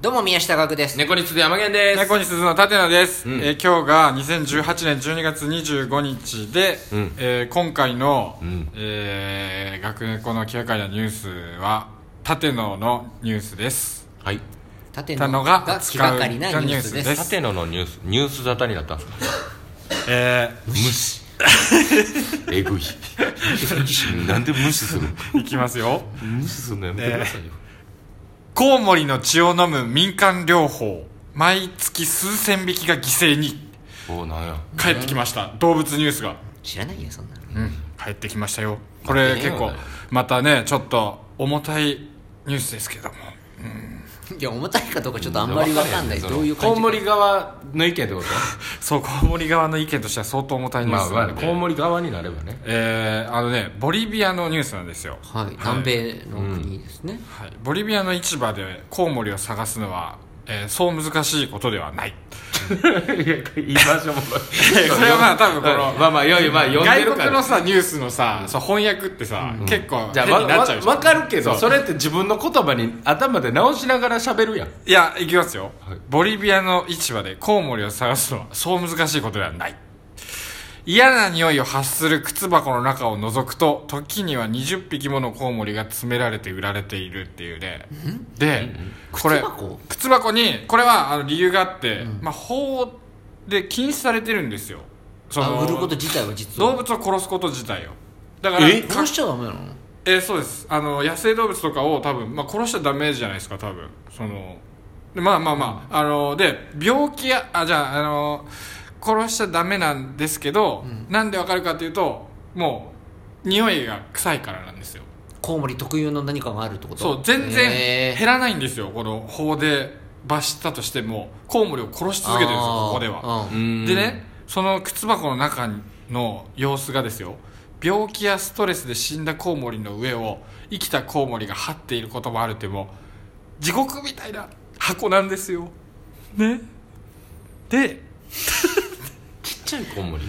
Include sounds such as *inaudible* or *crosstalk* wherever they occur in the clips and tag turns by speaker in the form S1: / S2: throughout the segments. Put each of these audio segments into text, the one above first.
S1: どうも宮下岳です、
S2: 猫につで山源です
S3: 猫に鈴の舘野です、
S2: うん
S3: えー今日が2018年12月25日で、
S2: うん
S3: えー今回の、
S2: ん
S3: えー学猫の際会のニュースは舘野のニュース
S2: *laughs*
S3: です
S2: はい
S1: 縦
S3: た
S1: 野
S3: の
S1: が
S3: が
S1: 気がかりな
S3: 使う
S1: ニュースで
S3: ニュースですす
S2: 舘野のニュースニュース沙汰になったんですか
S3: え
S2: 無視えぐいなんで無視する
S3: ー、いきますよ
S2: 無視するのやめてくださいよ、
S3: コウモリの血を飲む民間療法毎月数千匹が犠牲に
S2: おおなんや
S3: 帰ってきました、動物ニュースが
S1: 知らないよそんなの
S3: うん帰ってきましたよこれ
S2: 待ってね
S3: 結構
S2: まだ
S3: またねちょっと重たいニュースですけども
S1: いや重たいかどうかちょっとあんまりわかんない
S2: その
S1: どういう
S2: コ
S1: 感
S2: ウ
S1: じ
S2: モリ側の意見ってこ
S3: そうコウモリ側の意見としては相当重たい
S2: と
S3: ニュー
S2: ま
S3: ス
S2: あ
S3: な
S2: まあ
S3: んで、
S2: コウモリ側になればね
S3: えーあのねボリビアのニュースなんですよ、
S1: はい南米の国ですね、
S3: はい、ボリビアの市場でコウモリを探すのは、えーそう難しいことでは *laughs* ない
S2: 言いましょうも
S3: やそれはまあ多分この
S2: まあまあいやいやまあ呼んで
S3: 外
S2: る
S3: 国
S2: から
S3: のさニュースのさ、そう翻訳ってさ、結構
S2: じゃ
S3: 変
S2: あ
S3: に
S2: わ
S3: なっちゃう
S2: わわかるけど
S3: そ
S2: そうれって自分の言葉に頭で直しながら喋るやん
S3: いやいきますよ、
S2: はい
S3: ボリビアの市場でコウモリを探すのはそう難しいことではない嫌な匂いを発する靴箱の中を覗くと時には20匹ものコウモリが詰められて売られているっていうねでこれ
S1: 靴箱
S3: 靴箱にこれはあの理由があって、まあ、法で禁止されてるんですよそ
S1: あ
S3: の
S1: 売ること自体は実
S3: 動
S1: は
S3: 物を殺すこと自体をだから
S2: え
S3: か
S1: 殺しちゃダメなの
S3: えーそうですあの野生動物とかを多分、まあ、殺しちゃダメじゃないですか多分そのでまあまあまあ、あので病気やあじゃああの殺しちゃダメなんですけど、なんでわかるかというともう匂いが臭いからなんですよ
S1: コウモリ特有の何かがあるってこと
S3: そう全
S1: へ
S3: 然
S1: ー
S3: 減らないんですよ、この法で罰したとしてもコウモリを殺し続けてるんですよ
S1: あー
S3: ここでは、
S1: うん
S3: でねその靴箱の中の様子がですよ病気やストレスで死んだコウモリの上を生きたコウモリが這っていることもあるってもう地獄みたいな箱なんですよねで
S2: ちっちゃいコウモリ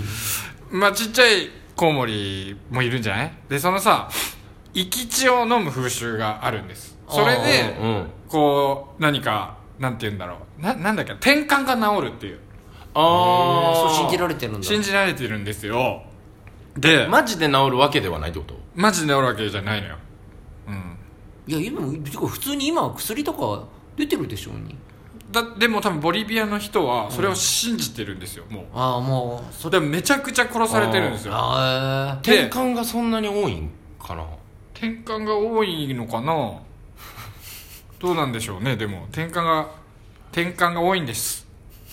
S3: まあちっちゃいコウモリもいるんじゃないでそのさ生き血を飲む風習があるんですそれで
S2: うん
S3: こう何かなんて言うんだろうななんだっけ転換が治るっていう
S2: あ
S1: そう
S2: あ
S1: 信じられてるんだ
S3: 信じられてるんですよ
S2: *laughs*
S3: で
S2: マジで治るわけではないってこと
S3: マジで治るわけじゃないのようん
S1: いや今もてか普通に今は薬とか出てるでしょうに
S3: だでも多分ボリビアの人はそれを信じてるんですよ、もう
S1: ああもう
S3: それはめちゃくちゃ殺されてるんですよ
S1: あ
S3: で
S2: 転換がそんなに多いんかな
S3: 転換が多いのかなどうなんでしょうねでも転換が転換が多いんです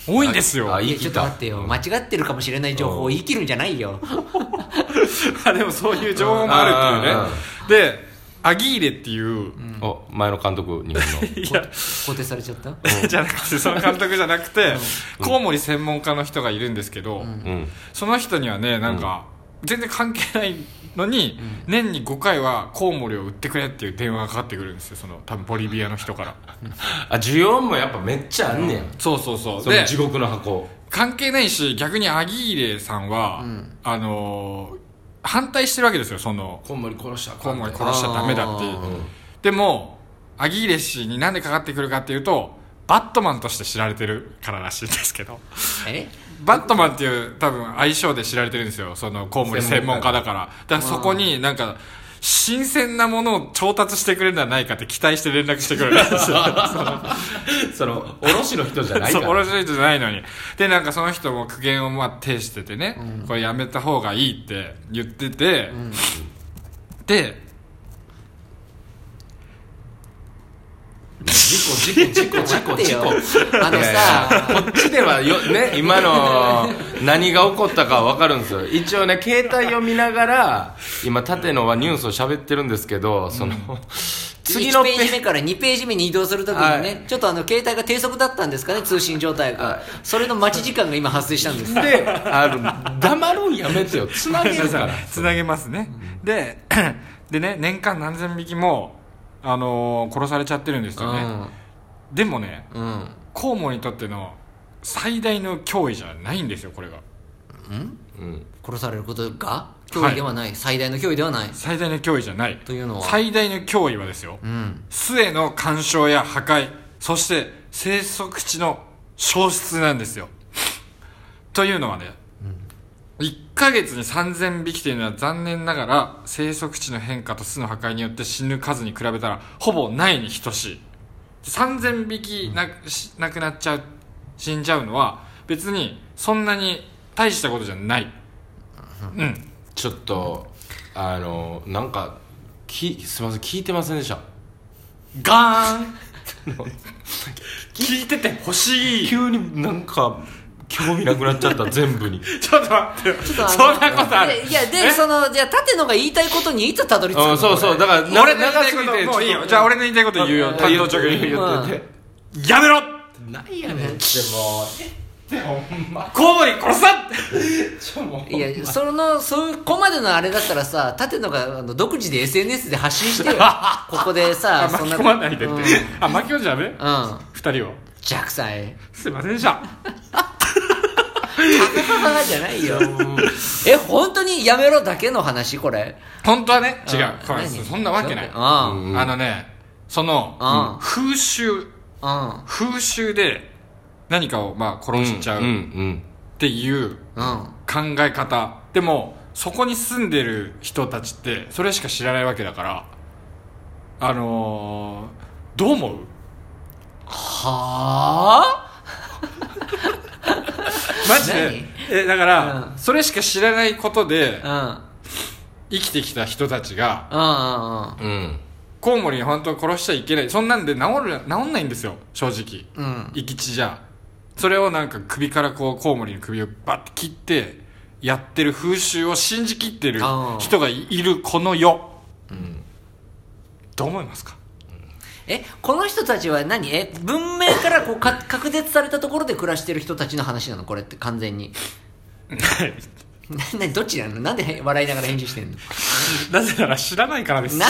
S3: 多いんですよ
S2: あ
S1: あい
S2: 言
S1: や
S2: い
S1: ち
S2: 切
S1: ょっと
S2: った
S1: 待ってよ間違ってるかもしれない情報を言い切るんじゃないよ
S3: あ *laughs* でもそういう情報もあるっていうねでアギーレっていう、
S2: お前の監督日本の
S3: いや
S1: 肯定されちゃった
S3: じゃなくてその監督じゃなくて、コウモリ専門家の人がいるんですけど、
S2: うん
S3: その人にはねなんか、全然関係ないのに、年に5回はコウモリを売ってくれっていう電話がかかってくるんですよその多分ボリビアの人から
S2: あ需要もやっぱめっちゃあんねや
S3: そうそうそう
S2: その
S3: で
S2: 地獄の箱
S3: 関係ないし逆にアギーレさんは、あのー反対してるわけですよその
S2: コウモリ殺したらあ
S3: コ
S2: か
S3: ウ
S2: ん
S3: モ
S2: ね
S3: リ殺しちゃダメだっていう
S1: あ
S2: うん
S3: でもアギーレ氏になんでかかってくるかっていうとバットマンとして知られてるかららしいんですけど
S1: え
S3: バットマンっていう多分愛称で知られてるんですよそのコウモリ専門家だからだからそこになんか新鮮なものを調達してくれるんじゃないかって期待して連絡してくれるんです *laughs* よ
S2: その卸の人じゃない
S3: そう
S2: から
S3: 俺の人じゃないのにでなんかその人も苦言をまあ呈しててね、これやめた方がいいって言ってて、で
S2: 事故事故事
S1: 待
S2: 故
S1: って
S2: 事
S1: よ
S2: 故事故
S1: あのさ
S2: いやいやこっちではよね今の何が起こったかは分かるんですよ一応ね携帯を見ながら今舘野はニュースを喋ってるんですけどその、次の
S1: 1
S2: ペ
S1: ペー
S2: ー
S1: ジ
S2: ジ
S1: 目から2ページ目に移動するときにね、
S2: は
S1: ちょっとあの携帯が低速だったんですかね通信状態が、
S2: はい
S1: それの待ち時間が今発生したんです
S2: であの黙るんやめてよつなげるから
S3: つなげますね、で *clears throat* でね年間何千匹も、あのー殺されちゃってるんですよね、でもね
S1: うん、うん、
S3: コウモリにとっての最大の脅威じゃないんですよこれが
S2: うん
S1: 殺されることが脅威ではない、最大の脅威ではない
S3: 最大の脅威じゃない
S1: というのは
S3: 最大の脅威はですよ、
S1: うん
S3: 巣への干渉や破壊そして生息地の消失なんですよというのはね、1ヶ月に3000匹というのは残念ながら生息地の変化と巣の破壊によって死ぬ数に比べたらほぼないに等しい3000匹な,、しなくなっちゃう死んじゃうのは別にそんなに大したことじゃないうん
S2: ちょっとあのなんかきすみません聞いてませんでした
S3: ガーン聞いててほしい
S2: 急になんか興味なくなっちゃ *laughs* った全部に
S3: *laughs* ちょっと待って
S1: あの
S3: そんなことある
S1: いやいやでそのじゃあ舘野が言いたいことにいつたどり着く
S2: う
S1: の
S2: んそうそう
S1: これ
S2: だからな
S3: 俺の言いたいこともういいよじゃあ俺の言いたいこと言うよ
S1: あ
S3: 担当直入
S2: 言
S1: う
S2: っ
S1: よ
S2: てて
S3: やめろ
S2: なんやねんっても
S3: コウモリ殺さん
S1: いやそのそこまでのあれだったらさ舘野があの独自で SNS で発信
S2: *laughs*
S1: してよここでさ
S3: 巻き
S1: な
S3: 込まないでって
S1: うん、うん、
S3: あ巻き込んじゃダメ二人を
S1: 弱妻
S3: すいませんでした
S1: じゃないよえ本当にやめろだけの話これ
S3: 本当はね違
S1: ん
S3: うこれ
S1: 何
S3: そんなわけないあ
S1: うんうん
S2: ん
S3: のねその
S1: うん
S3: 風習風習で何かをまあ殺しちゃう
S2: うんう
S3: っ
S2: ん
S3: ていう
S1: うん
S3: 考え方でもそこに住んでる人たちってそれしか知らないわけだからあのー、どう思う
S1: は
S3: マジでえだから、
S1: うん
S3: それしか知らないことで
S1: あ
S3: 生きてきた人たちが
S1: うん
S2: うん
S3: コウモリに本当は殺しちゃいけないそんなんで治る治んないんですよ正直
S1: うんうんうん
S3: 生き血じゃそれをなんか首からこうコウモリの首をバッて切ってやってる風習を信じきってる
S1: あー
S3: 人がいいるこの世、どう思いますか
S1: えこの人たちは何え文明からこうか隔絶されたところで暮らしてる人たちの話なのこれって完全にな何どっちなのなんでへ笑いながら返事してんの
S3: なぜなら知らないからです
S1: なん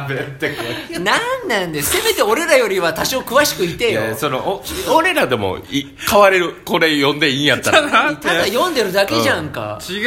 S1: なん
S2: べてこ
S1: なんなんでせめて俺らよりは多少詳しくいて
S2: い
S1: よ
S2: やそのお俺らでもい変われるこれ読んでいいんやったら
S3: だった
S1: だ
S3: て
S1: 読んでるだけじゃんか、
S3: 違
S1: ずっ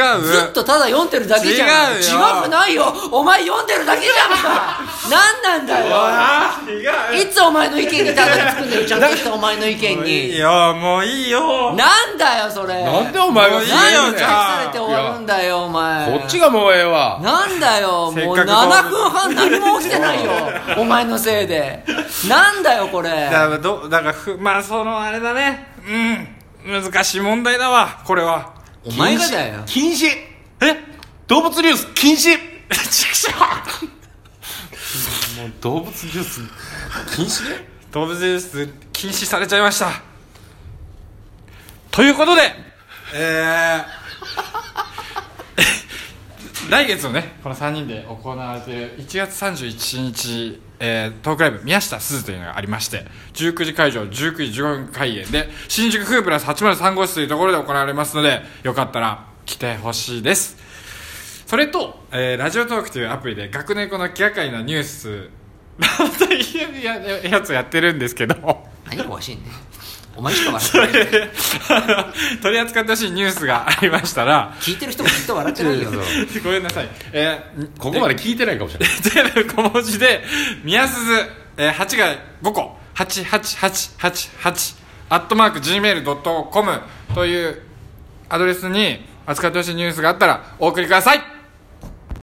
S3: う
S1: とただ読んでるだけじゃん
S3: 違うよ
S1: 違くないよお前読んでるだけじゃんか何なんだ
S3: あ違
S1: よいつお前の意見にたどり着くんだよちゃんとしたお前の意見
S3: いい
S1: に
S3: よもういいよ
S1: なんだよそれ
S2: *laughs* なんでお前が
S3: いいよ
S1: なんで
S3: じ
S1: 隠
S3: ゃあ
S1: されて終わるんだよお前
S2: こっちがもうええわ
S1: なんだよもう
S3: せっ
S1: 7
S3: か
S1: 分
S3: くゴー
S1: 半
S3: ル
S1: 何も起きてないよお前のせいでなんだよこれ
S3: だからどだからふまあそのあれだねうん難しい問題だわこれは
S1: お前がだよ
S2: 禁止
S3: え *laughs*
S2: 動物ニュース禁止
S3: 畜生
S2: もう動物ニュース *laughs* 禁止ね
S3: 動物輸出禁止されちゃいましたということでえー *laughs* 来月のねこの3人で行われてる1月31日、えートークライブ宮下すずというのがありまして19時会場19時15分開演で新宿風プラス803号室というところで行われますのでよかったら来てほしいですそれと、えーラジオトークというアプリで学猫の気がかりなニュースなんていうややつをやってるんですけど *laughs*
S1: 何がおかしいんだよお前しか笑ってない
S3: あの取り扱ってほしいニュースがありましたら
S1: 聞いてる人もきっと笑って *laughs* ないよ
S3: ごめんなさい、えー
S2: ここまで聞いてないかもしれない
S3: 全部小文字で「宮鈴、えー、8が5個88888」「アットマーク Gmail.com」というアドレスに扱ってほしいニュースがあったらお送りください